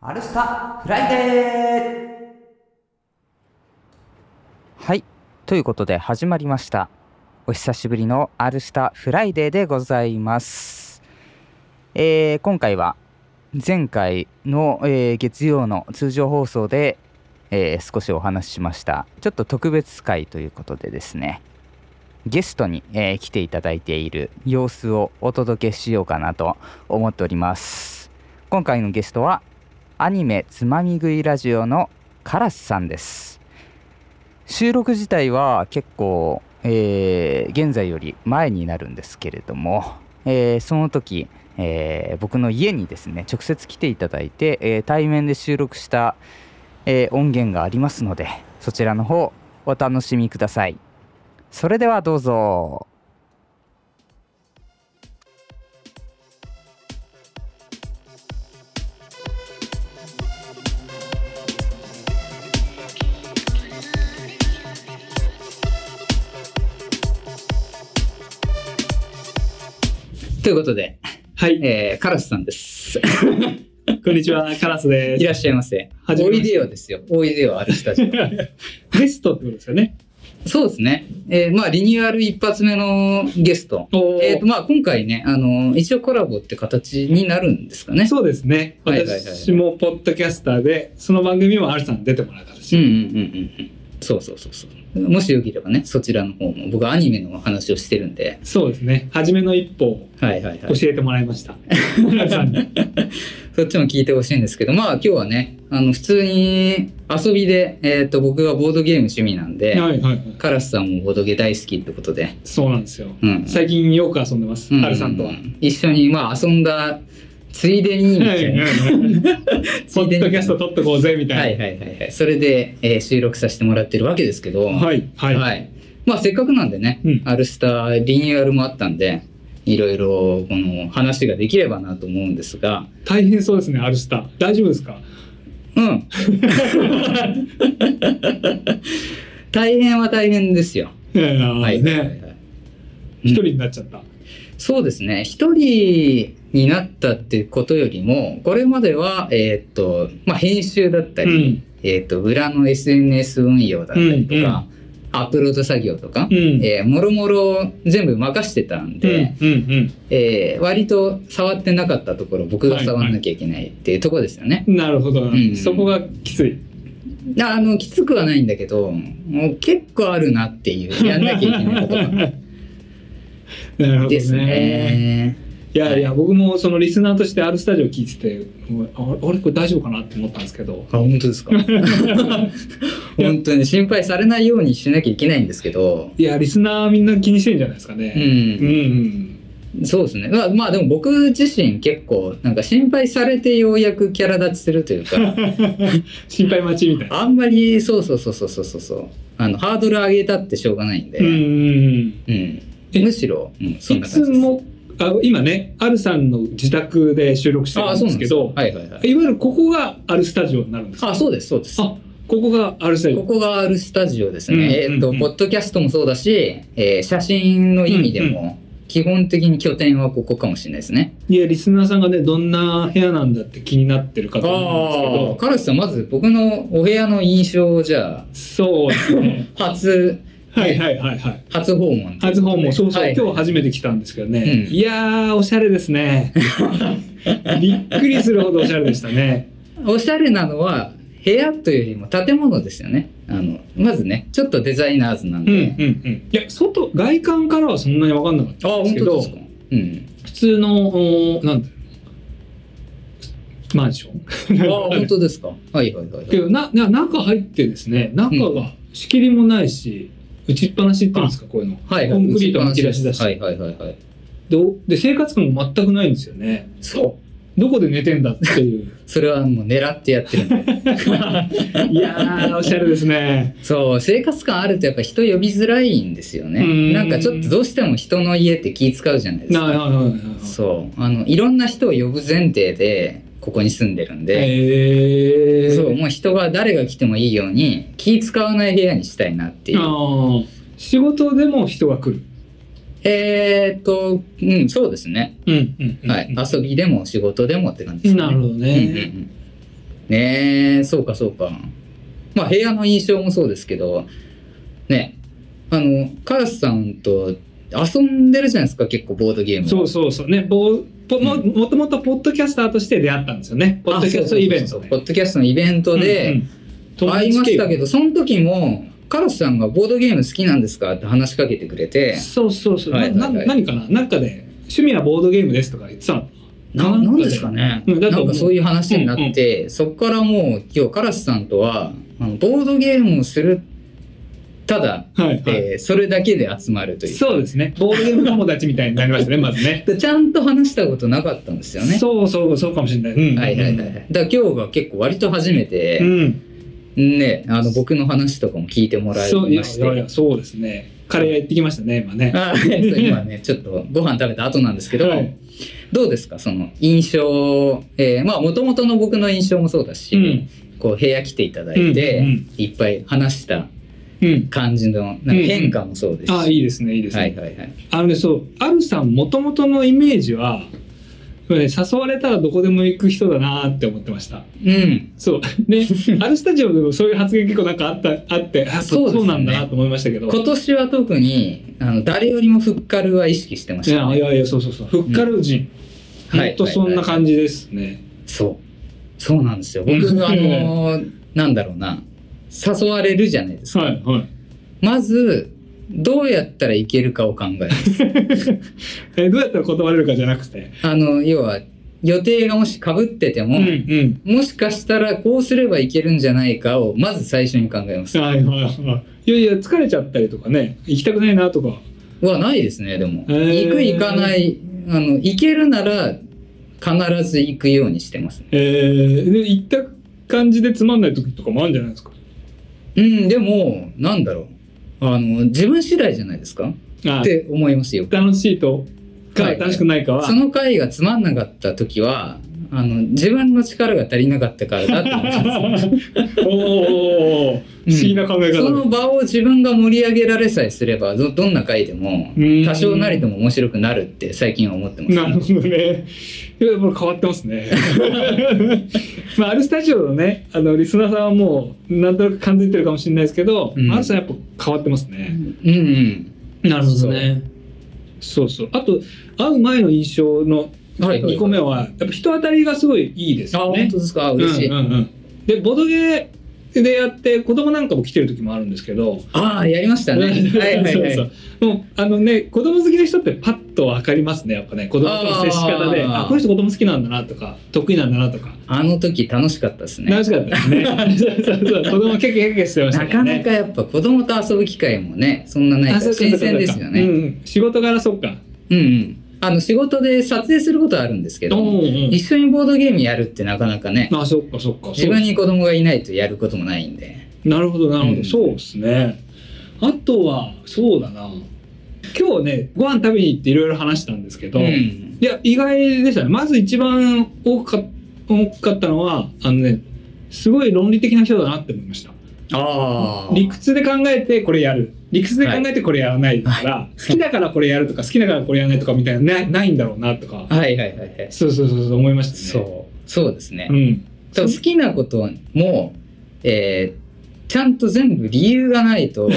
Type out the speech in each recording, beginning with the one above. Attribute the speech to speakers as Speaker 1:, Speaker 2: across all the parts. Speaker 1: アルスタフライデ
Speaker 2: はい。ということで始まりました。お久しぶりの R スタフライデーでございます。えー今回は前回の、えー月曜の通常放送で、えー少しお話ししました。ちょっと特別会ということでですね、ゲストに、えー来ていただいている様子をお届けしようかなと思っております。今回のゲストはアニメつまみ食いラジオのカラスさんです。収録自体は結構、えー現在より前になるんですけれども、えーその時、えー僕の家にですね直接来ていただいて、えー対面で収録した、えー音源がありますのでそちらの方お楽しみくださいそれではどうぞということで、
Speaker 3: はい、
Speaker 2: えーカラスさんです
Speaker 3: こんにちは、カラスで
Speaker 2: い
Speaker 3: す。
Speaker 2: らっしゃいませ
Speaker 3: はじめまして
Speaker 2: おいでよですよおいでよあるスタジオ
Speaker 3: ゲストってことですよね。
Speaker 2: そうですね。えーまあ、リニューアル一発目のゲスト。
Speaker 3: お
Speaker 2: えーと、まあ、今回ね、あの、一応コラボって形になるんですかね。
Speaker 3: そうですね。
Speaker 2: はいはいはい
Speaker 3: 私もポッドキャスターで、その番組も R さん出てもらったんです
Speaker 2: うん
Speaker 3: よ
Speaker 2: うんうんうんうん。そうそうそうそう。もしよければね、そちらの方も、僕はアニメのお話をしてるんで。
Speaker 3: そうですね。初めの一歩を
Speaker 2: はいはいは
Speaker 3: 教
Speaker 2: い。
Speaker 3: えてもらいま した。R さんに。
Speaker 2: そっちも聞いてほしいんですけど、まあ、今日はね、あの、普通に遊びで、えっ、と、僕はボードゲーム趣味なんで、
Speaker 3: はいはいはい。
Speaker 2: カラスさんもボードゲー大好きってことで。
Speaker 3: そうなんですよ。
Speaker 2: うん。
Speaker 3: 最近よく遊んでます、
Speaker 2: う
Speaker 3: R さんとは。
Speaker 2: 一緒に、まあ、遊んだ、ついでに、み
Speaker 3: は
Speaker 2: た
Speaker 3: い
Speaker 2: い
Speaker 3: はい
Speaker 2: な
Speaker 3: はい。ポッドキャスト撮ってこうぜみた
Speaker 2: はいいはいはいはい。それで、えー収録させてもらってるわけですけど、
Speaker 3: な。はいは。
Speaker 2: はいい。まあせっかくなんでね、
Speaker 3: うん
Speaker 2: アルスターリニューアルもあったんで、いろいろこの話ができればなと思うんですが、
Speaker 3: 大変そうですね、R スター。大丈夫ですか
Speaker 2: うん。 大変は大変ですよ。
Speaker 3: いやいやね。
Speaker 2: はい。
Speaker 3: 一人になっちゃった。
Speaker 2: そうですね。一人になったってことよりも、これまでは、えーっと、まあ編集だった
Speaker 3: う
Speaker 2: り、
Speaker 3: ん。
Speaker 2: えー、と裏の SNS 運用だったりとか、
Speaker 3: うんうん
Speaker 2: アップロード作業とか、
Speaker 3: うん
Speaker 2: えーもろもろ全部任してた
Speaker 3: う
Speaker 2: ん
Speaker 3: ん
Speaker 2: で、
Speaker 3: うん
Speaker 2: えー割と触ってなかったところ僕が触んなきゃいけないっていうところですよね。
Speaker 3: うん。なるほど
Speaker 2: んうん。
Speaker 3: そこがきつい。
Speaker 2: だあのきつくはないんだけどもう結構あるなって いうやんなきゃいけないことが
Speaker 3: なるほど
Speaker 2: です
Speaker 3: ね。
Speaker 2: ね。
Speaker 3: いやいや、僕もそのリスナーとして R スタジオ聞いてて、もうああれこれ大丈夫かなって思ったんですけど。
Speaker 2: あ本当 ですか本当に心配されないようにしなきゃいけないんですけど、
Speaker 3: いや、リスナーみんな気にしてるんじゃないですか
Speaker 2: う
Speaker 3: ね。
Speaker 2: ん
Speaker 3: うん、うん。
Speaker 2: そうですね。まあ、まあ、でも僕自身結構なんか心配されてようやくキャラ立ちするというか、
Speaker 3: 心配待ちみたいな。
Speaker 2: あんまりそうそうそうそうそうそうそうあのハードル上げたってしょうがないんで、
Speaker 3: うんうん
Speaker 2: うん
Speaker 3: え
Speaker 2: むしろ、うん、
Speaker 3: う
Speaker 2: そ
Speaker 3: ん。
Speaker 2: ん
Speaker 3: い
Speaker 2: な
Speaker 3: つ
Speaker 2: 感じです。
Speaker 3: も、あ今ね、R さんの自宅で収録して
Speaker 2: あ
Speaker 3: る
Speaker 2: あ、
Speaker 3: ん
Speaker 2: そう
Speaker 3: で
Speaker 2: なん
Speaker 3: す
Speaker 2: で
Speaker 3: け
Speaker 2: すか。
Speaker 3: ど、
Speaker 2: はいはいはい。
Speaker 3: いわゆるここが R スタジオになるんですか
Speaker 2: あ、そうですそうです。
Speaker 3: あ、
Speaker 2: こ
Speaker 3: ここが R スタジオ。
Speaker 2: こがあるスタジオですね。
Speaker 3: うん
Speaker 2: えっと
Speaker 3: うん
Speaker 2: ポッドキャストもそうだし、えー写真の意味で
Speaker 3: う
Speaker 2: も基本的に拠点はここかもしれないですね。
Speaker 3: いや、リスナーさんがね、どんな部屋なんだって気になってるかと思うんですけ
Speaker 2: ああ、
Speaker 3: ど、
Speaker 2: カラスさんまず僕のお部屋の印象をじゃ
Speaker 3: そうですね。
Speaker 2: あ初
Speaker 3: はいはいはいはい。
Speaker 2: 初訪問
Speaker 3: 初訪問、そうそう、
Speaker 2: はい
Speaker 3: 今日初めて来たんですけどね、
Speaker 2: うん
Speaker 3: いやー、おしゃれです ね。びっくりするほどおしゃれでしたね。
Speaker 2: おしゃれなのは部屋というよりも建物ですよねあのまずねちょっとデザイナーズな
Speaker 3: う
Speaker 2: ん
Speaker 3: んうん
Speaker 2: で、
Speaker 3: うん。いや、外、外観からはそんなに分かんなかったんですけど、
Speaker 2: かうん
Speaker 3: 普通の、おなんだろうマンション。
Speaker 2: あ
Speaker 3: なんか
Speaker 2: 本当ですかはいはいはい
Speaker 3: けどなな、中入ってですね、中が仕切りもないし、打ちっぱなしって言うんですか、こういうの。
Speaker 2: はい
Speaker 3: コンクリートのむき出しだし、
Speaker 2: はいはいはいはい
Speaker 3: でおで、生活感も全くないんですよね。
Speaker 2: そう
Speaker 3: どこで寝てんだっていう。
Speaker 2: それはもう狙ってやってるんで
Speaker 3: いやー、おしゃれですね。
Speaker 2: そう生活感あるとやっぱ人呼びづらいんですよ
Speaker 3: う
Speaker 2: ね
Speaker 3: ん
Speaker 2: なんかちょっとどうしても人の家って気使うじゃないです
Speaker 3: な
Speaker 2: か
Speaker 3: るほど。
Speaker 2: そうあのいろんな人を呼ぶ前提でここに住んでるんで、
Speaker 3: えー、
Speaker 2: そうもう人が誰が来てもいいように気使わない部屋にしたいなっていう
Speaker 3: あー仕事でも人が来る。
Speaker 2: えーっと、うん、そうですね。
Speaker 3: うんうん
Speaker 2: はい。遊びでも仕事でもって感じですね。
Speaker 3: なるほど
Speaker 2: うんうんう
Speaker 3: ね。
Speaker 2: んねえ、そうかそうか。まあ部屋の印象もそうですけど、ね、あの、カラスさんと遊んでるじゃないですか、結構ボードゲーム。
Speaker 3: そうそうそうねぼぼも
Speaker 2: うん
Speaker 3: もともとポッドキャスターとして出会ったんですよねポッドキャストイベント
Speaker 2: あそうそ
Speaker 3: で
Speaker 2: うそうそうポッドキャストのイベントで、
Speaker 3: うんうん
Speaker 2: 会いましたけど、その時も、カラスさんがボードゲーム好きなんですかって話しかけてくれて、
Speaker 3: そうそうそう、
Speaker 2: はい
Speaker 3: な
Speaker 2: はいはい
Speaker 3: な何かななんかで、趣味はボードゲームですとか言ってたの
Speaker 2: ななんですかね、
Speaker 3: うんだって
Speaker 2: なんかそういう話になって、そこからもう今日カラスさんとはあのボードゲームをするただ、
Speaker 3: はいはい、
Speaker 2: えーそれだけで集まるという
Speaker 3: そうですねボードゲーム友達みたいになりましたねまずね
Speaker 2: でちゃんと話したことなかったんですよね。
Speaker 3: そうそうそうかもしれない、うん
Speaker 2: はいはいはい、だから今日が結構割と初め
Speaker 3: う
Speaker 2: て、
Speaker 3: ん、
Speaker 2: ねあの僕の話とかも聞いてもらい
Speaker 3: そういや
Speaker 2: ま
Speaker 3: い
Speaker 2: し
Speaker 3: やい
Speaker 2: て
Speaker 3: やそうですねカレー屋行ってきましたね今ね
Speaker 2: あそう今ねちょっとご飯食べた後なんですけど、
Speaker 3: はい
Speaker 2: どうですかその印象、えーまあもともとの僕の印象もそうだし、
Speaker 3: うん
Speaker 2: こう部屋来ていただいて、
Speaker 3: うんうん
Speaker 2: いっぱい話した
Speaker 3: うん
Speaker 2: 感じのなんか変化もそうですし、
Speaker 3: ああいいですねいいですね、
Speaker 2: はいはいはい
Speaker 3: あのねそうアルさんもともとのイメージは、ね、誘われたらどこでも行く人だなって思ってました
Speaker 2: うん
Speaker 3: そう ねアルスタジオでもそういう発言結構なんかあったあってあ
Speaker 2: そう
Speaker 3: そ
Speaker 2: で
Speaker 3: う,、
Speaker 2: すね
Speaker 3: なんだなと思いましたけど
Speaker 2: 今年は特にあの誰よりもフッカルは意識してま
Speaker 3: い
Speaker 2: した
Speaker 3: や
Speaker 2: ね
Speaker 3: いやいやそうそうそうフッカル人、
Speaker 2: うんはい
Speaker 3: ほんとそんな感じですね、
Speaker 2: そうそうなんですよ僕
Speaker 3: うん
Speaker 2: あのーなんだろうな誘われるじゃないですか、
Speaker 3: はいはい
Speaker 2: まずどうやったらいけるかを考えます
Speaker 3: えどうやったら断れるかじゃなくて
Speaker 2: あの要は予定がもしかぶってても、
Speaker 3: うん
Speaker 2: もしかしたらこうすればいけるんじゃないかをまず最初に考えます。
Speaker 3: はいはいはいいやいや疲れちゃったりとかね行きたくないなとか
Speaker 2: はないですねでも。
Speaker 3: へー
Speaker 2: 行く行かないあの行けるなら必ず行くようにしてます。
Speaker 3: えー、で行った感じでつまんない時とかもあるんじゃないですか
Speaker 2: うんでもなんだろうあの自分次第じゃないですか
Speaker 3: あ
Speaker 2: って思いますよ。
Speaker 3: 楽しいとか
Speaker 2: はい
Speaker 3: 楽しくないかは、
Speaker 2: その回がつまんなかった時はあの自分の力が足りなかったからだって思 います。
Speaker 3: おーおーおー不思議な考え
Speaker 2: そ
Speaker 3: 方
Speaker 2: の
Speaker 3: で
Speaker 2: 場を自分が盛り上げられさえすればどどんな回でも
Speaker 3: うん
Speaker 2: 多少なりとも面白くなるって最近は思ってます
Speaker 3: す。なるほどね。いや、もう変わってます ね。まあ、あるスタジオのね、あのリスナーさんはもう、なんとなく感づいてるかもしれないですけど、
Speaker 2: うん
Speaker 3: あるさんやっぱ変わってますね。
Speaker 2: うんうん。
Speaker 3: な
Speaker 2: るほどね。
Speaker 3: そうそう。あと、会う前の印象の
Speaker 2: はいはい
Speaker 3: 2個目は、やっぱ人当たりがすごいいいです
Speaker 2: あ、
Speaker 3: よね。
Speaker 2: 本当ですか。嬉しい。
Speaker 3: うんうんうんで、ボドゲでやって、子供なんかも来てる時もあるんですけど、
Speaker 2: ああ、やりましたね。は
Speaker 3: ね
Speaker 2: いはいはい。
Speaker 3: そうそうもうあのね子供好きな人ってパッと分かりますねやっぱね子供との接し方で
Speaker 2: あー
Speaker 3: あこの人子供好きなんだなとか得意なんだなとか
Speaker 2: あの時楽しかったですね
Speaker 3: 楽。しかったですねそうそうそう子供ケケケケしてました
Speaker 2: な
Speaker 3: から
Speaker 2: か
Speaker 3: ね
Speaker 2: なかやっぱ子供と遊ぶ機会もね、そんなないか
Speaker 3: あそ
Speaker 2: ら
Speaker 3: うか
Speaker 2: 新鮮ですよ
Speaker 3: そうか
Speaker 2: ね。
Speaker 3: うん仕事柄そっか
Speaker 2: うんうん。あの仕事で撮影することはあるんですけ
Speaker 3: う
Speaker 2: ど、
Speaker 3: ん
Speaker 2: 一緒にボードゲームやるってなかなかね、
Speaker 3: あそっかそっか
Speaker 2: 自分に子供がいないとやることもないんで。
Speaker 3: なるほどなるほど、
Speaker 2: うん
Speaker 3: そうですねあとはそうだな今日ねご飯食べに行っていろいろ話したんですけ
Speaker 2: う
Speaker 3: ど、
Speaker 2: ん。
Speaker 3: いや、意外でしたね。まず一番多か多かったのは、あのね、すごい論理的な人だなって思いました。
Speaker 2: ああ。
Speaker 3: 理屈で考えてこれやる。理屈で考えてこれやらないだから、好きだからこれやるとか、好きだからこれやらないとかみたいな、ないないんだろうなとか、
Speaker 2: はいはいはいはい。
Speaker 3: そうそうそうそう思いましたね。
Speaker 2: そう。そうですね。
Speaker 3: うん。
Speaker 2: 多分好きなことも、えーちゃんと全部理由がない と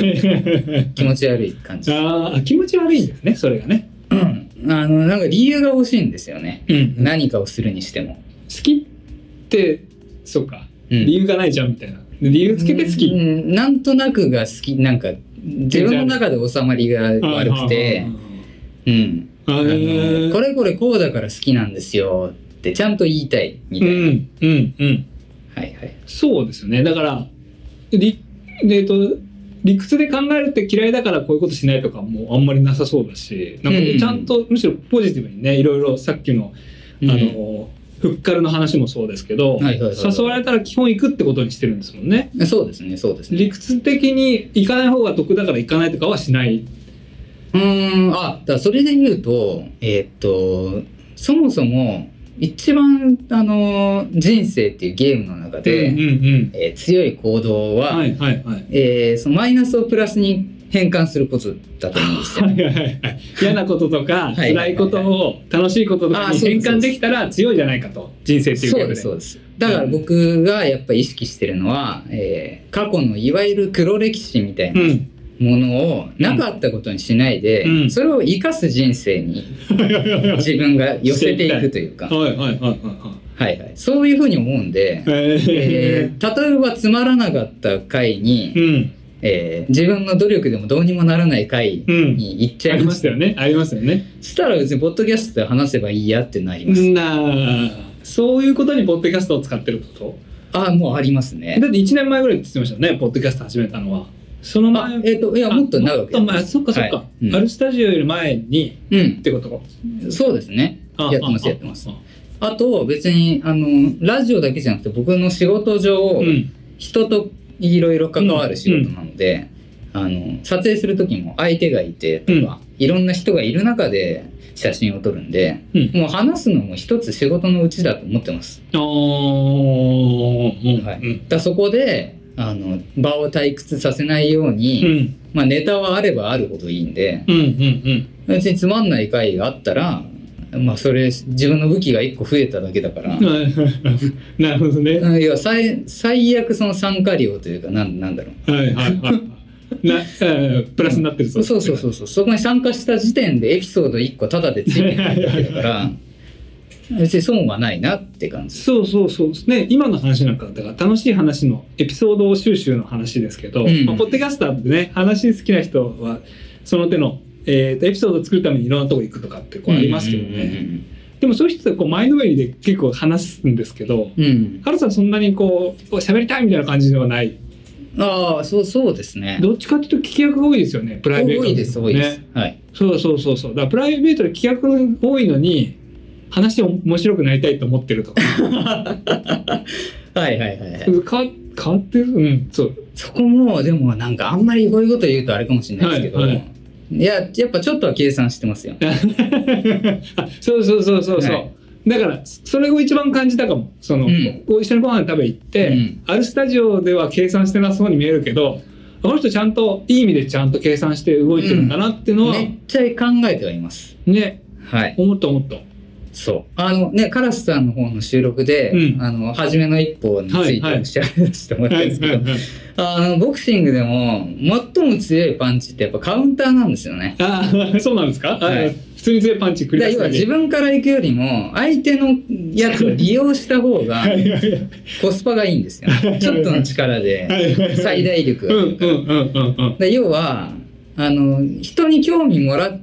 Speaker 2: 気持ち悪い感じ。
Speaker 3: ああ、気持ち悪いんですね、それがね。
Speaker 2: うんあの、なんか理由が欲しいんですよね。
Speaker 3: うん好
Speaker 2: 何かをするにしても。
Speaker 3: きって、そうか、
Speaker 2: うん
Speaker 3: 理由がないじゃんみたいな。で理由つけて好き。
Speaker 2: うんなんとなくが好き、なんか、自分の中で収まりが悪くて、うん。
Speaker 3: あー。あ
Speaker 2: あの
Speaker 3: ー
Speaker 2: これこれこうだから好きなんですよって、ちゃんと言いたい、み
Speaker 3: う
Speaker 2: たいな。
Speaker 3: ん、うん、うん。
Speaker 2: はいはい。
Speaker 3: そうですよね。だから、理、でえっと、理屈で考えるって嫌いだからこういうことしないとかもあんまりなさそうだし、なんか
Speaker 2: うん
Speaker 3: ちゃんと、むしろポジティブにね、いろいろさっきの、あ
Speaker 2: うん
Speaker 3: の、フッカルの話もそうですけど、
Speaker 2: はいはいはいはい
Speaker 3: 誘われたら基本行くってことにしてるんですもんね。
Speaker 2: そうですね、そうですね。
Speaker 3: 理屈的に行かない方が得だから行かないとかはしない。
Speaker 2: うーん、あ、だからそれで言うと、えーっと、そもそも、一番、あの、人生っていうゲームの中で、
Speaker 3: うんうんうん。
Speaker 2: えー強い行動は、
Speaker 3: はいはいはい。
Speaker 2: えーそのマイナスをプラスに変換することだと思うんですよ
Speaker 3: は。いはいはい嫌なこととか
Speaker 2: いはい
Speaker 3: 辛いことを楽しいこととか
Speaker 2: あー
Speaker 3: に
Speaker 2: そう
Speaker 3: 変
Speaker 2: です
Speaker 3: 換できたら強いじゃないかと人生っていう
Speaker 2: そ
Speaker 3: こ
Speaker 2: う
Speaker 3: と
Speaker 2: で
Speaker 3: です
Speaker 2: そうですだから僕がやっぱ意識してるのは、えー過去のいわゆる黒歴史みたいな
Speaker 3: うん
Speaker 2: ものをなかったことにしないで、
Speaker 3: うん
Speaker 2: それを生かす人生に
Speaker 3: はいはいはいはい
Speaker 2: 自分が寄せていくという か、
Speaker 3: はいはいはい
Speaker 2: はいはい、そういうふうに思うんで、え
Speaker 3: え
Speaker 2: ー例えばつまらなかった回に、
Speaker 3: ーうん
Speaker 2: えー自分の努力でもどうにもならない回
Speaker 3: うん
Speaker 2: に行っち
Speaker 3: あ
Speaker 2: ゃい
Speaker 3: り
Speaker 2: ま
Speaker 3: ま
Speaker 2: し
Speaker 3: したよねありましたよね
Speaker 2: たしたら別にポッドキャストで話せばいいやってなります、
Speaker 3: なあそういうことにポッドキャストを使ってること
Speaker 2: ああもうありますね
Speaker 3: だって1年前ぐらいって言ってましたよねポッドキャスト始めたのはその
Speaker 2: あ
Speaker 3: 前
Speaker 2: えっ、といやもっと長く
Speaker 3: あもっと前そっかそっか、
Speaker 2: はいうん
Speaker 3: アルスタジオより前に
Speaker 2: うん
Speaker 3: ってこと
Speaker 2: そうですね
Speaker 3: あ
Speaker 2: やってます
Speaker 3: あ
Speaker 2: やってます
Speaker 3: あ
Speaker 2: あと別にあのラジオだけじゃなくて僕の仕事上、
Speaker 3: うん
Speaker 2: 人といろいろ関わる仕事なので、あの撮影する時も相手がいてとか、いろんな人がいる中で写真を撮るんで、
Speaker 3: うん
Speaker 2: もう話すのも一つ仕事のうちだと思ってます。
Speaker 3: あーうん
Speaker 2: はいうだ
Speaker 3: ん
Speaker 2: からそこであの場を退屈させないよう
Speaker 3: う
Speaker 2: に、
Speaker 3: ん
Speaker 2: まあ、ネタはあればあるほどいいんで
Speaker 3: うんうん
Speaker 2: 別につまんない回があったら、まあ、それ自分の武器が一個増えただけだから。
Speaker 3: うん なるほどね
Speaker 2: うんいや最最悪その参加料というかなんなんだろう
Speaker 3: はいはいはいなえープラスになってる
Speaker 2: そうそうそうそうそうそこに参加した時点でエピソード1個タダでついてくるだけだから別に損はないなって感じ
Speaker 3: そうそうそうね今の話なんかだから楽しい話のエピソード収集の話ですけど、
Speaker 2: うん
Speaker 3: まあ、ポッドキャスターってね話好きな人はその手の、えーとエピソードを作るためにいろんなとこ行くとかってこうありますけどね、でもそういう人ってこう前のめりで結構話すんですけど
Speaker 2: うんうんうん、
Speaker 3: カルさんそんなにこう喋りたいみたいな感じではない
Speaker 2: うんああそうそうですね
Speaker 3: どっちかっていうと聞き役が多いですよねプライベート
Speaker 2: 多いです多いです、
Speaker 3: ね、
Speaker 2: はい
Speaker 3: そうそうそうそうだからプライベートで企画が多いのに話面白くなりたいと思ってると か
Speaker 2: はいはいはいはい、
Speaker 3: 変わ変わってるうんそう
Speaker 2: そこもでもなんかあんまりこういうこと言うとあれかもしれないですけど、
Speaker 3: はいいはい
Speaker 2: ややっぱちょっとは計算してますよ
Speaker 3: あそうそうそうそうそう、
Speaker 2: はい
Speaker 3: だからそそれを一番感じたかもその、
Speaker 2: うん
Speaker 3: こう一緒にご飯食べ行って、
Speaker 2: うん
Speaker 3: あるスタジオでは計算してなそうに見えるけどこの人ちゃんといい意味でちゃんと計算して動いてるんだなっていうのは、
Speaker 2: めっちゃ考えてはいます
Speaker 3: ね
Speaker 2: はい
Speaker 3: 思った 思った
Speaker 2: そうあのねカラスさんの方の収録で、
Speaker 3: うん
Speaker 2: あの初めの一歩につい
Speaker 3: はい
Speaker 2: て
Speaker 3: は
Speaker 2: お
Speaker 3: い
Speaker 2: しゃべしてもらったんですけど、
Speaker 3: はいはいはい
Speaker 2: あのボクシングでも最も強いパンチってやっぱカウンターなんですよね。
Speaker 3: あ ーそうなんですか、
Speaker 2: はい
Speaker 3: あ普通に強いパンチ繰
Speaker 2: だ
Speaker 3: り
Speaker 2: から
Speaker 3: 出す
Speaker 2: 要は
Speaker 3: だけ
Speaker 2: 自分から行くよりも相手の やつを利用した方が
Speaker 3: はいはいはい
Speaker 2: コスパがいいんですよ ね。ちょっとの力で最大力が
Speaker 3: う
Speaker 2: 出
Speaker 3: ん
Speaker 2: るか
Speaker 3: う
Speaker 2: ら。
Speaker 3: んうんうんうん
Speaker 2: で要はあの人に興味もら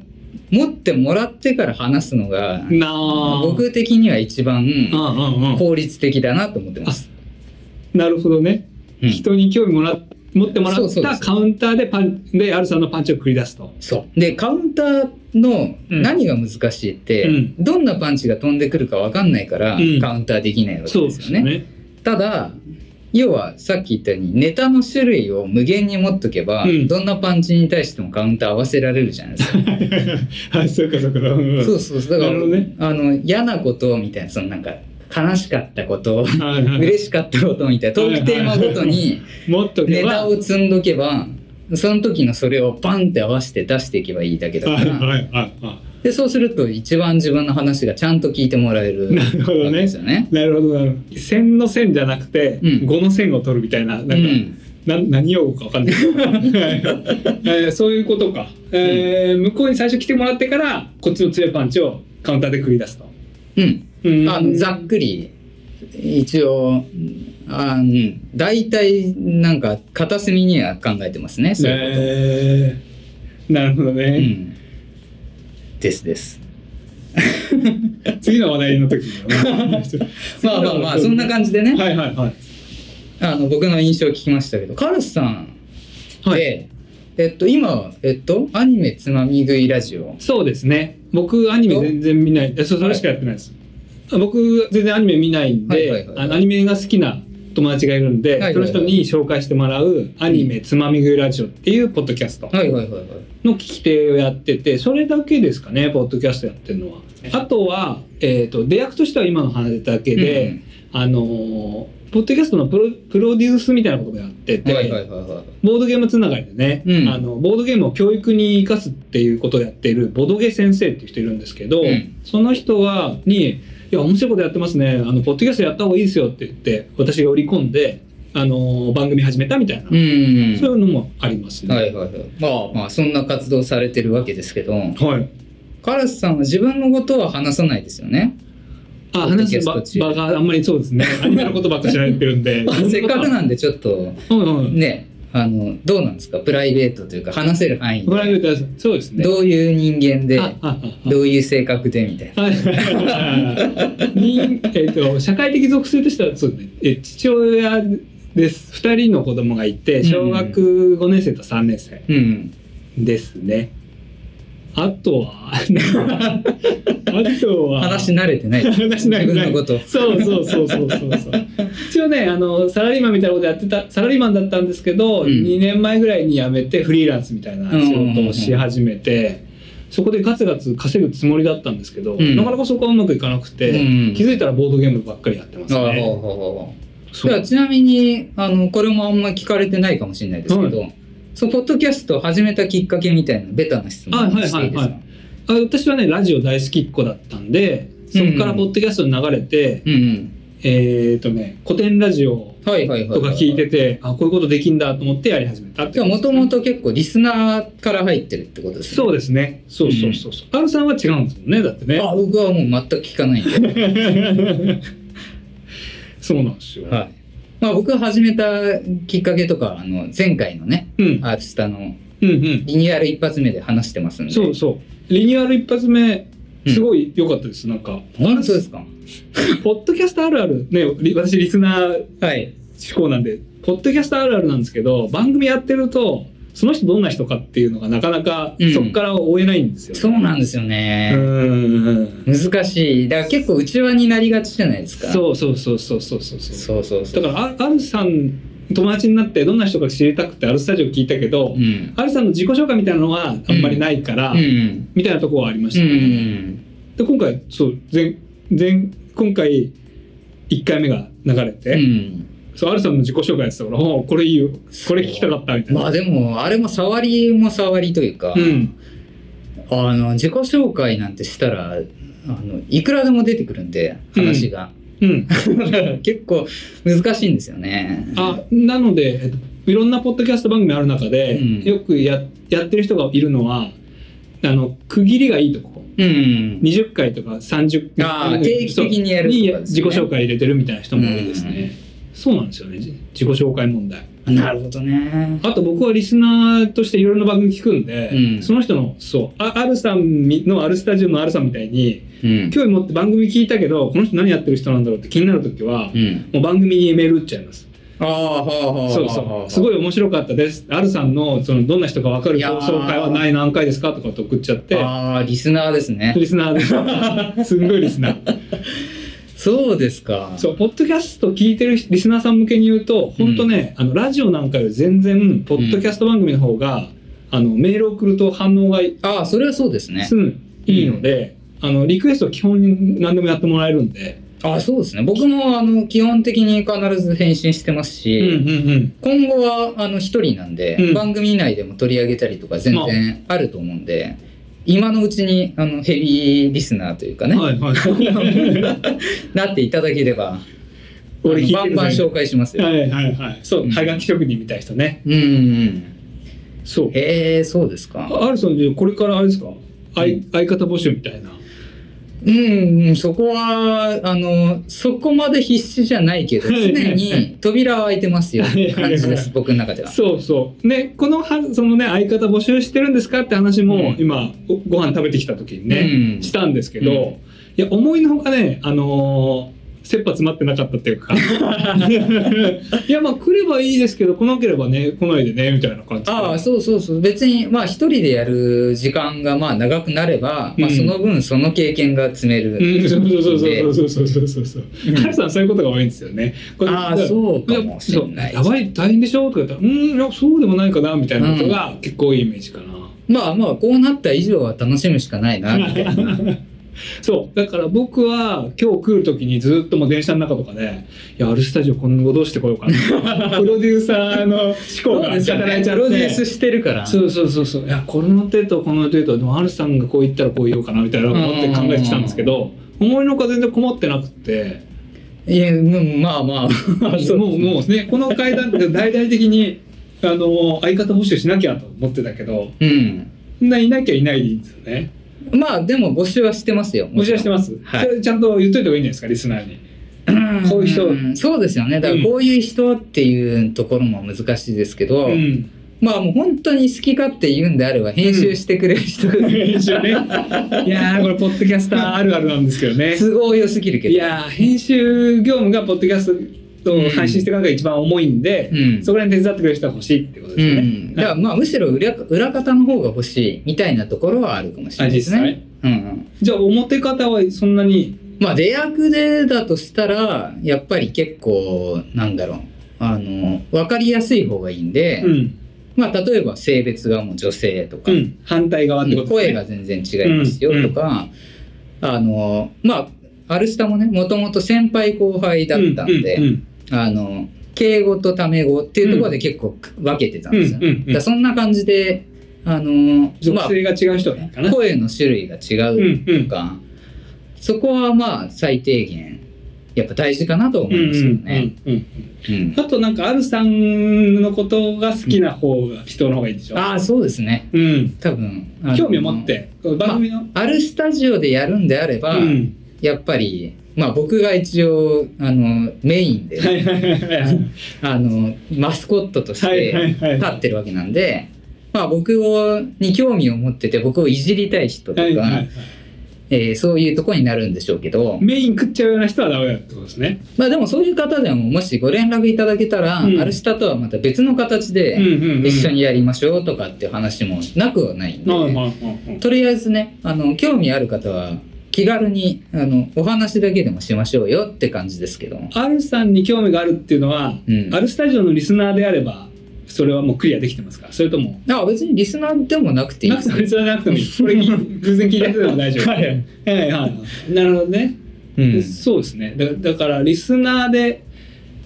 Speaker 2: 持ってもらってから話すのが
Speaker 3: なあ
Speaker 2: 僕的には一番
Speaker 3: うんうんうん
Speaker 2: 効率的だなと思ってます。
Speaker 3: なるほどね、
Speaker 2: うん
Speaker 3: 人に興味もら持ってもら
Speaker 2: そう
Speaker 3: っ
Speaker 2: そうです
Speaker 3: たカウンターでパンでアルさんのパンチを繰り出すと
Speaker 2: そうでカウンターの
Speaker 3: うん
Speaker 2: 何が難しいって、
Speaker 3: うん
Speaker 2: どんなパンチが飛んでくるか分かんないから、
Speaker 3: うん
Speaker 2: カウンターできないわけです
Speaker 3: そ
Speaker 2: よ
Speaker 3: う
Speaker 2: ね
Speaker 3: ですよね
Speaker 2: ただ要はさっき言ったようにネタの種類を無限に持っとけば、
Speaker 3: うん
Speaker 2: どんなパンチに対してもカウンター合わせられるじゃないですか
Speaker 3: はいそう かそうかうん
Speaker 2: そうそうそうだから
Speaker 3: なるほどね
Speaker 2: あの嫌なことみたいなそのなんか悲しかったこと
Speaker 3: はいはい
Speaker 2: 嬉しかったことみたいなトークテーマごとに
Speaker 3: 持っとけ
Speaker 2: ネ
Speaker 3: ば
Speaker 2: タを積んどけばその時のそれをバンって合わせて出していけばいいだけだ
Speaker 3: は
Speaker 2: か
Speaker 3: い
Speaker 2: ら。
Speaker 3: はいはいは
Speaker 2: でそうすると一番自分の話がちゃんと聞いてもらえ る
Speaker 3: なるほどね
Speaker 2: わけですよね。
Speaker 3: いなるほどなるほど線の線じゃなくて、
Speaker 2: うん
Speaker 3: 五の線を取るみたいななん
Speaker 2: う
Speaker 3: か、
Speaker 2: ん、
Speaker 3: な何用語かわ かんない、えーそういうことか、えー向こうに最初来てもらってからこっちの強いパンチをカウンターで繰り出すと、
Speaker 2: うん
Speaker 3: うん
Speaker 2: あのざっくり一応あうん大体なんか片隅には考えてますねそういうこ
Speaker 3: えーなるほど
Speaker 2: と。う
Speaker 3: ね、
Speaker 2: ん、ですです。
Speaker 3: 次の話題の時に
Speaker 2: まあまあまあそんな感じでね、
Speaker 3: はいはいはい
Speaker 2: あの僕の印象を聞きましたけどカルスさんで、
Speaker 3: はい
Speaker 2: えっと今えっとアニメつまみ食いラジオ
Speaker 3: そうですね僕アニメ全然見ないえそうそれしかやってないです、僕全然アニメ見ないん
Speaker 2: はいはい
Speaker 3: で
Speaker 2: はい
Speaker 3: あのアニメが好きな友達がいるんで、
Speaker 2: はいはいはい
Speaker 3: その人に紹介してもらうアニメつまみ食いラジオっていうポッドキャスト、
Speaker 2: はいはいはいはい
Speaker 3: の聞き手をやっててそれだけですかねポッドキャストやってるのは。あとは、えー、と出役としては今の話だけで、あのーポッドキャストのプロプロデュースみたいなことがあってて、
Speaker 2: はいはいはいはい。
Speaker 3: ボードゲームつながりでね、
Speaker 2: うん
Speaker 3: あのボードゲームを教育に生かすっていうことをやっているボドゲ先生っていう人いるんですけど、
Speaker 2: うん
Speaker 3: その人はに「いや面白いことやってますねあのポッドキャストやった方がいいですよ」って言って私が売り込んで、あのー番組始めたみたいな、
Speaker 2: うん
Speaker 3: そういうのもありますね。
Speaker 2: はいはいはい。まあまあそんな活動されてるわけですけど、
Speaker 3: はい
Speaker 2: カラスさんは自分のことは話さないですよね。
Speaker 3: あ
Speaker 2: ポッドキ
Speaker 3: 話
Speaker 2: ャス
Speaker 3: す
Speaker 2: ト
Speaker 3: 場
Speaker 2: 中
Speaker 3: 場があんまりそうですね アニメのことばっか知られてるんで
Speaker 2: せっかくなんでちょっと
Speaker 3: うんうん
Speaker 2: ね、あのどうなんですかプライベートというか話せる範囲
Speaker 3: プラ
Speaker 2: で
Speaker 3: イベートはそうですね
Speaker 2: どういう人間で
Speaker 3: あああ
Speaker 2: どういう性格でみたいな。
Speaker 3: はい 人えっと社会的属性としてはそうですねえ父親です2人の子供がいて小学5年生と3年生
Speaker 2: うん。
Speaker 3: ですね、あとは あとは
Speaker 2: 話慣れてない。
Speaker 3: 話しなくな
Speaker 2: 自分の
Speaker 3: い
Speaker 2: こと。
Speaker 3: そうそうそうそうそうそう一応ねあのサラリーマンみたいなことやってたサラリーマンだったんですけど、
Speaker 2: うん
Speaker 3: 2年前ぐらいに辞めてフリーランスみたいな仕事をし始めて、そこでガツガツ稼ぐつもりだったんですけど、
Speaker 2: うん
Speaker 3: なかなかそこはうまくいかなくて、
Speaker 2: うん
Speaker 3: 気づいたらボードゲームばっかりやってます
Speaker 2: ああ、ほう
Speaker 3: ね。
Speaker 2: ほうほう
Speaker 3: そ
Speaker 2: いうやちなみにあのこれもあんま聞かれてないかもしれないですけど、そうポッドキャストを始めたきっかけみたいなベタな質問
Speaker 3: はいはい
Speaker 2: していいです
Speaker 3: は
Speaker 2: か
Speaker 3: いはあ私はねラジオ大好きっ子だったんでそこからポッドキャストに流れて、
Speaker 2: うんうん
Speaker 3: えっ、とね古典ラジオ
Speaker 2: はいはいはいは
Speaker 3: と
Speaker 2: い
Speaker 3: か聞いててあこういうことできんだと思ってやり始めたって
Speaker 2: じゃあ
Speaker 3: 感じ
Speaker 2: もともと結構リスナーから入ってるってことですね
Speaker 3: そうですね。そうそうそうそう。R さんは違うんですもんね。だってね。
Speaker 2: あ僕はもう全く聞かないんで、
Speaker 3: そうなんですよ。
Speaker 2: はい まあ、僕が始めたきっかけとかあの前回のね
Speaker 3: うん。
Speaker 2: アーティスタの
Speaker 3: うんうん。
Speaker 2: リニューアル一発目で話してますんで
Speaker 3: そうそう。リニューアル一発目、
Speaker 2: うん
Speaker 3: すごい良かったです。なんか、
Speaker 2: 本当ですか
Speaker 3: ポッドキャストあるある、ね、り私リスナー
Speaker 2: はい
Speaker 3: 志向なんで、ポッドキャストあるあるなんですけど、番組やってると、その人どんな人かっていうのがなかなか
Speaker 2: うん
Speaker 3: そこから追えないんですよ。
Speaker 2: そうなんですよね、
Speaker 3: うんうんうん。
Speaker 2: 難しいだから結構内輪になりがちじゃないですか
Speaker 3: そうそうそうそうそうそうそう。
Speaker 2: そうそうそ
Speaker 3: だ
Speaker 2: う
Speaker 3: からあアルさん友達になってどんな人か知りたくてアルスタジオ聞いたけど、
Speaker 2: うん
Speaker 3: アルさんの自己紹介みたいなのはあんまりないから、
Speaker 2: うん
Speaker 3: みたいなところはありまし
Speaker 2: う
Speaker 3: た、
Speaker 2: ん
Speaker 3: で今回そう前前今回1回目が流れて、
Speaker 2: うん
Speaker 3: そうアルさんの自己紹介やってたからおうこれいいよこれ聞きたかったみたいな、
Speaker 2: まあでもあれも触りも触りというか、
Speaker 3: うん
Speaker 2: あの自己紹介なんてしたらあのいくらでも出てくるんで話が、
Speaker 3: うん、
Speaker 2: 結構難しいんですよね
Speaker 3: あなので、えっと、いろんなポッドキャスト番組ある中で、
Speaker 2: うん
Speaker 3: よくややってる人がいるのはあの区切りがいいとこ
Speaker 2: うん
Speaker 3: 20回とか30回
Speaker 2: あー定期的にやるとか
Speaker 3: に
Speaker 2: ですね
Speaker 3: 自己紹介入れてるみたいな人も多いですね、そうなんですよねじ自己紹介問題
Speaker 2: なるほどね
Speaker 3: あと僕はリスナーとしていろいろな番組聞くんで、
Speaker 2: うん
Speaker 3: その人のそうああるさんみのあるスタジオのあるさんみたいに
Speaker 2: うん
Speaker 3: 興味持って番組聞いたけどこの人何やってる人なんだろうって気になる時は、
Speaker 2: うん
Speaker 3: もう番組にメール打っちゃいます
Speaker 2: ああはあはあはあ
Speaker 3: そうそうすご
Speaker 2: い
Speaker 3: い面白かったですあるさんのそのどんな人か分かる
Speaker 2: いやー
Speaker 3: 放送回はない何回ですかとかって送っちゃって
Speaker 2: ああリスナーですね
Speaker 3: リスナー ですすんごいリスナー
Speaker 2: そうですか
Speaker 3: そうポッドキャスト聞いてるリスナーさん向けに言うと本当ね、あのラジオなんかより全然ポッドキャスト番組の方が、あのメール送ると反応がい
Speaker 2: ああそれはそうですね
Speaker 3: すんいいので、あのリクエストは基本に何でもやってもらえるんで、
Speaker 2: あそうですね僕もあの基本的に必ず返信してますし、
Speaker 3: うんうん
Speaker 2: 今後はあの一人なんで、
Speaker 3: うん
Speaker 2: 番組内でも取り上げたりとか全然あると思うんで、今のうちにあのヘビーリスナーというか
Speaker 3: う
Speaker 2: ね、
Speaker 3: ん、はいはい
Speaker 2: なっていただければ
Speaker 3: 俺聞いてる
Speaker 2: あのバンバン紹介しますよ。
Speaker 3: はいはいはいそう、
Speaker 2: うん
Speaker 3: はがき職人みたいな人ね
Speaker 2: うんうん
Speaker 3: そう
Speaker 2: へえそうですか。
Speaker 3: あるさんじゃあこれからあれですか、相相方募集みたいな
Speaker 2: うん、うん、そこはあのそこまで必死じゃないけど
Speaker 3: はい
Speaker 2: 常に扉は開いてますよって感じで
Speaker 3: はいはい は
Speaker 2: す僕の中では。
Speaker 3: そうそうねこのはそのね相方募集してるんですかって話も、
Speaker 2: うん
Speaker 3: 今ごご飯食べてきた時にね、
Speaker 2: うん
Speaker 3: したんですけど、
Speaker 2: うん
Speaker 3: いや思いのほかねあのー切羽詰まってなかったっていうかいやまあ来ればいいですけど来なければね来ないでねみたいな感じで
Speaker 2: ああそうそうそう別にまあ一人でやる時間がまあ長くなれば、まあ、
Speaker 3: うん
Speaker 2: その分その経験が積める、
Speaker 3: うんそうそうそうそうそうそうそうそう
Speaker 2: うん
Speaker 3: カルさんそういうことが多いんですよねこれ
Speaker 2: ああそうかもしれない
Speaker 3: やばい大変でしょとか言ったら「うんいやそうでもないかな」みたいなことが結構多いイメージかな、
Speaker 2: まあまあこうなった以上は楽しむしかないなみたいな
Speaker 3: そうだから僕は今日来る時にずっともう電車の中とかで「いやアルスタジオ今後どうしてこようか な」プロデューサーの思考が働いちゃって
Speaker 2: プロデュースしてるから。
Speaker 3: そうそうそうそういやこの手とこの手とでもアルさんがこう言ったらこう言おうかなみたいな思って考えてきたんですけど思いのほか全然困ってなくて
Speaker 2: いや、うんまあま あ。 そう
Speaker 3: もうもうねこの階段って大々的にあの相方保守しなきゃと思ってたけど
Speaker 2: うん。
Speaker 3: そんないなきゃいないでいいんですよね
Speaker 2: まあ、でも募集はしてますよ。
Speaker 3: 募集はしてます、
Speaker 2: はい
Speaker 3: それちゃんと言っといた方がいいんじゃないですかリスナーに
Speaker 2: す
Speaker 3: こういう人
Speaker 2: そうですよね。だからこういう人っていうところも難しいですけど、
Speaker 3: うん
Speaker 2: まあもう本当に好き勝手言うんであれば編集してくれる人が
Speaker 3: 編集ね いやーこれポッドキャスターあるあるなんですけどね
Speaker 2: 都合良すぎるけど。
Speaker 3: いやー編集業務がポッドキャストを配信してからが一番重いんで、
Speaker 2: うん。
Speaker 3: そこら辺手伝ってくれる人が欲しいってこと
Speaker 2: う
Speaker 3: ですよね。
Speaker 2: ん、だからまあむしろ裏裏方の方が欲しいみたいなところはあるかもしれ
Speaker 3: あ
Speaker 2: ないで
Speaker 3: 実
Speaker 2: すね。
Speaker 3: 際
Speaker 2: うんうん、
Speaker 3: じゃあ表方はそんなに
Speaker 2: まあ出役でだとしたらやっぱり結構なんだろうあの分かりやすい方がいいんで、
Speaker 3: うん、
Speaker 2: まあ例えば性別がもう女性とか、
Speaker 3: うん、反対側ってことです
Speaker 2: 声
Speaker 3: ね。
Speaker 2: が全然違いますよとか、あのまあアルスタもねもともと先輩後輩だったんで、
Speaker 3: うんうん
Speaker 2: あの敬語とタメ語っていうところで結構分けてたん
Speaker 3: うん
Speaker 2: ですよ。
Speaker 3: うん
Speaker 2: だからそんな感じであの、ま
Speaker 3: 属
Speaker 2: あ、
Speaker 3: 性が違う人なんかな。
Speaker 2: 声の種類が
Speaker 3: うん
Speaker 2: 違う
Speaker 3: う
Speaker 2: と
Speaker 3: ん
Speaker 2: か、そこはまあ最低限やっぱ大事かなと思
Speaker 3: うん
Speaker 2: いますよ
Speaker 3: う
Speaker 2: ね。
Speaker 3: んうん
Speaker 2: うん
Speaker 3: あとなんかあるさんのことが好きな方が人の方がいいでしょ。
Speaker 2: ああそうですね
Speaker 3: うん、
Speaker 2: 多分あの
Speaker 3: 興味を持って番組の、
Speaker 2: あるスタジオでやるんであれば、
Speaker 3: うん、
Speaker 2: やっぱり、まあ、僕が一応あのメインで、
Speaker 3: はいはいはいはい
Speaker 2: あのマスコットとし
Speaker 3: はいはい
Speaker 2: て
Speaker 3: はい
Speaker 2: 立ってるわけなんで、まあ、僕をに興味を持ってて僕をいじりたい人とか、
Speaker 3: はいはい
Speaker 2: えーそういうとこになるんでしょうけど、
Speaker 3: メイン食っちゃうような人はダメだってことですね。
Speaker 2: まあ、でもそういう方でももしご連絡いただけたら、
Speaker 3: うん
Speaker 2: アルシタとはまた別の形
Speaker 3: うん
Speaker 2: で
Speaker 3: うんうん、
Speaker 2: 一緒にやりましょうとかっていう話もなくはないんで、
Speaker 3: はいはいはいはい。
Speaker 2: とりあえずねあの興味ある方は気軽にあのお話だけでもしましょうよって感じですけど。
Speaker 3: R さんに興味があるっていうのは、
Speaker 2: うん
Speaker 3: アルスタジオのリスナーであればそれはもうクリアできてますかそれとも
Speaker 2: あ別にリスナーでもなくていい
Speaker 3: な
Speaker 2: で
Speaker 3: く
Speaker 2: す
Speaker 3: てもリスナーじゃなくてもいいこれ偶然聞いた人でも大 丈夫はいはいはいなるほどね、
Speaker 2: うん
Speaker 3: そうですねだだからリスナーで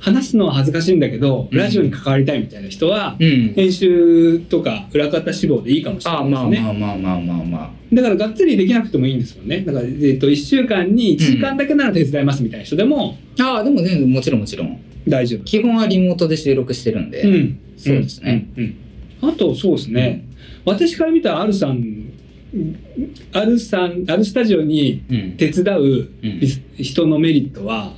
Speaker 3: 話すのは恥ずかしいんだけど
Speaker 2: うん
Speaker 3: ラジオに関わりたいみたいな人は、
Speaker 2: うん。
Speaker 3: 編集とか裏方志望でいいかもしれない
Speaker 2: あ
Speaker 3: で
Speaker 2: ますあ
Speaker 3: ね、
Speaker 2: まあまあまあまあまあ。
Speaker 3: だからがっつりできなくてもいいんですよねだから、えっと1週間に1時間だけなら手伝いますみたいな人でも
Speaker 2: ああでも全然もちろんもちろん。
Speaker 3: 大丈夫
Speaker 2: 基本はリモートで収録してるんで。
Speaker 3: うん、
Speaker 2: そうですね。
Speaker 3: うん。うんあとそうですね。私から見たらアルさん、アルさん、アルスタジオに
Speaker 2: うん。
Speaker 3: 手伝う
Speaker 2: うん
Speaker 3: リス人のメリットは、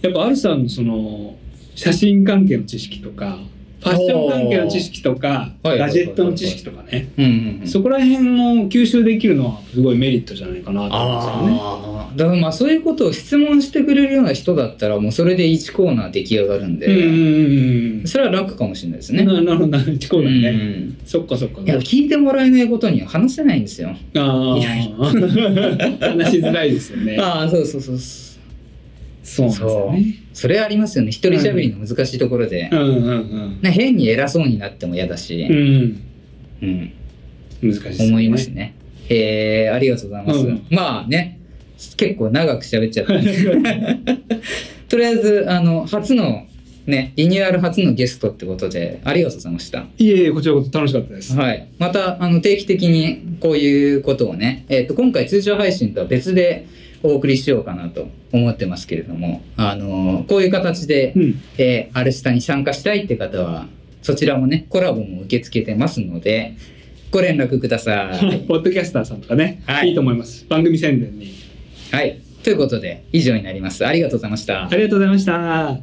Speaker 3: やっぱアルさんのその写真関係の知識とか、ファッション関係の知識とか、
Speaker 2: おーはい
Speaker 3: ガジェットの知識とかね、
Speaker 2: うんうんうん。
Speaker 3: そこら辺を吸収できるのはすごいメリットじゃないかなと思うんですよね。
Speaker 2: ああ。だからまあそういうことを質問してくれるような人だったらもうそれで1コーナー出来上がるん
Speaker 3: うんうん
Speaker 2: で、
Speaker 3: うん
Speaker 2: それは楽かもしれないです
Speaker 3: うん。
Speaker 2: ね。
Speaker 3: な なるほど、なるほど、そうだ
Speaker 2: う
Speaker 3: ね。
Speaker 2: ん
Speaker 3: そっかそっか。
Speaker 2: いや聞いてもらえないことには話せないんですよ。
Speaker 3: ああ、
Speaker 2: いやい
Speaker 3: 話しづらいですよ ね。
Speaker 2: ああそうそうそう。
Speaker 3: そうなんですよね。
Speaker 2: それありますよね。一人喋りの難しいところで
Speaker 3: う。んうん
Speaker 2: ね、変に偉そうになっても嫌だ
Speaker 3: う
Speaker 2: し、
Speaker 3: ん。
Speaker 2: うん、
Speaker 3: うん。 難しいですね
Speaker 2: 思います。ね。えー、ありがとうございます。
Speaker 3: うん
Speaker 2: まあね、結構長く喋っちゃった。とりあえず、あの、初の、ね、リニューアル初のゲストってことで、ありがとうございました。
Speaker 3: いえいえ、こちらこそ楽しかったです。
Speaker 2: はい。また、あの、定期的にこういうことをね、えっ、と、今回通常配信とは別でお送りしようかなと思ってますけれども、あの、こういう形で
Speaker 3: う、ん。
Speaker 2: えー、アルスタに参加したいって方は、そちらもね、コラボも受け付けてますので、ご連絡ください。
Speaker 3: ポッドキャスターさんとかね、
Speaker 2: はい
Speaker 3: いいと思います。番組宣伝に。
Speaker 2: はい。ということで、以上になります。ありがとうございました
Speaker 3: あ。りがとうございました。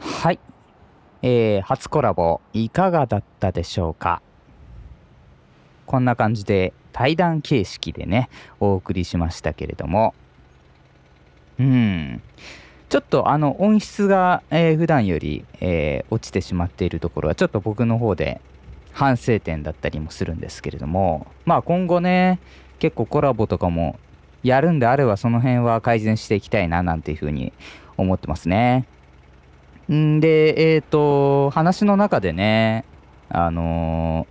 Speaker 4: はい、えー初コラボいかがだったでしょうかこんな感じで対談形式でねお送りしましたけれどもうんちょっとあの音質が、えー普段より、えー落ちてしまっているところはちょっと僕の方で
Speaker 2: 反省点だったりもするんですけれどもまあ今後ね結構コラボとかもやるんであればその辺は改善していきたいななんていうふうに思ってますね。んでえっ、と話の中でねあの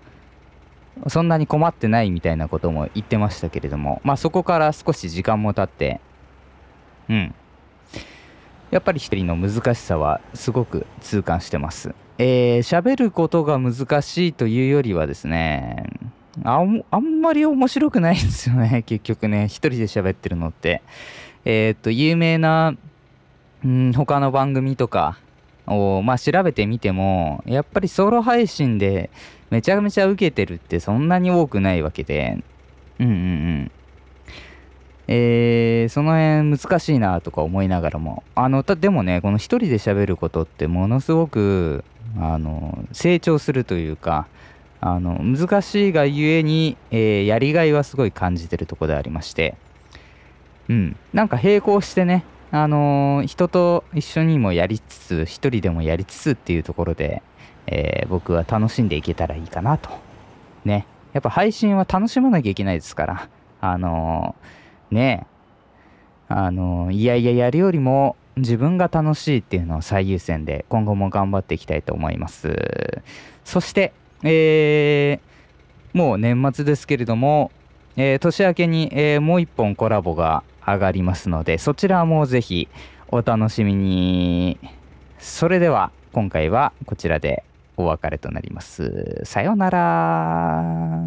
Speaker 2: ーそんなに困ってないみたいなことも言ってましたけれどもまあそこから少し時間も経ってうんやっぱり一人の難しさはすごく痛感してます。えー、喋ることが難しいというよりはですねあんあんまり面白くないですよね 結局ね一人で喋ってるのってえーっと有名なうん他の番組とかをまあ調べてみてもやっぱりソロ配信でめちゃめちゃ受けてるってそんなに多くないわけでうんうんうんえーその辺難しいなとか思いながらもあのたでもねこの一人で喋ることってものすごくあの成長するというかあの難しいがゆえに、えーやりがいはすごい感じてるところでありましてうんなんか並行してねあのー人と一緒にもやりつつ一人でもやりつつっていうところで、えー僕は楽しんでいけたらいいかなとねやっぱ配信は楽しまなきゃいけないですからあのーねえあのーいやいややるよりも自分が楽しいっていうのを最優先で今後も頑張っていきたいと思いますそしてえーもう年末ですけれども、えー年明けに、えーもう一本コラボが上がりますのでそちらもぜひお楽しみにそれでは今回はこちらでお別れとなりますさようなら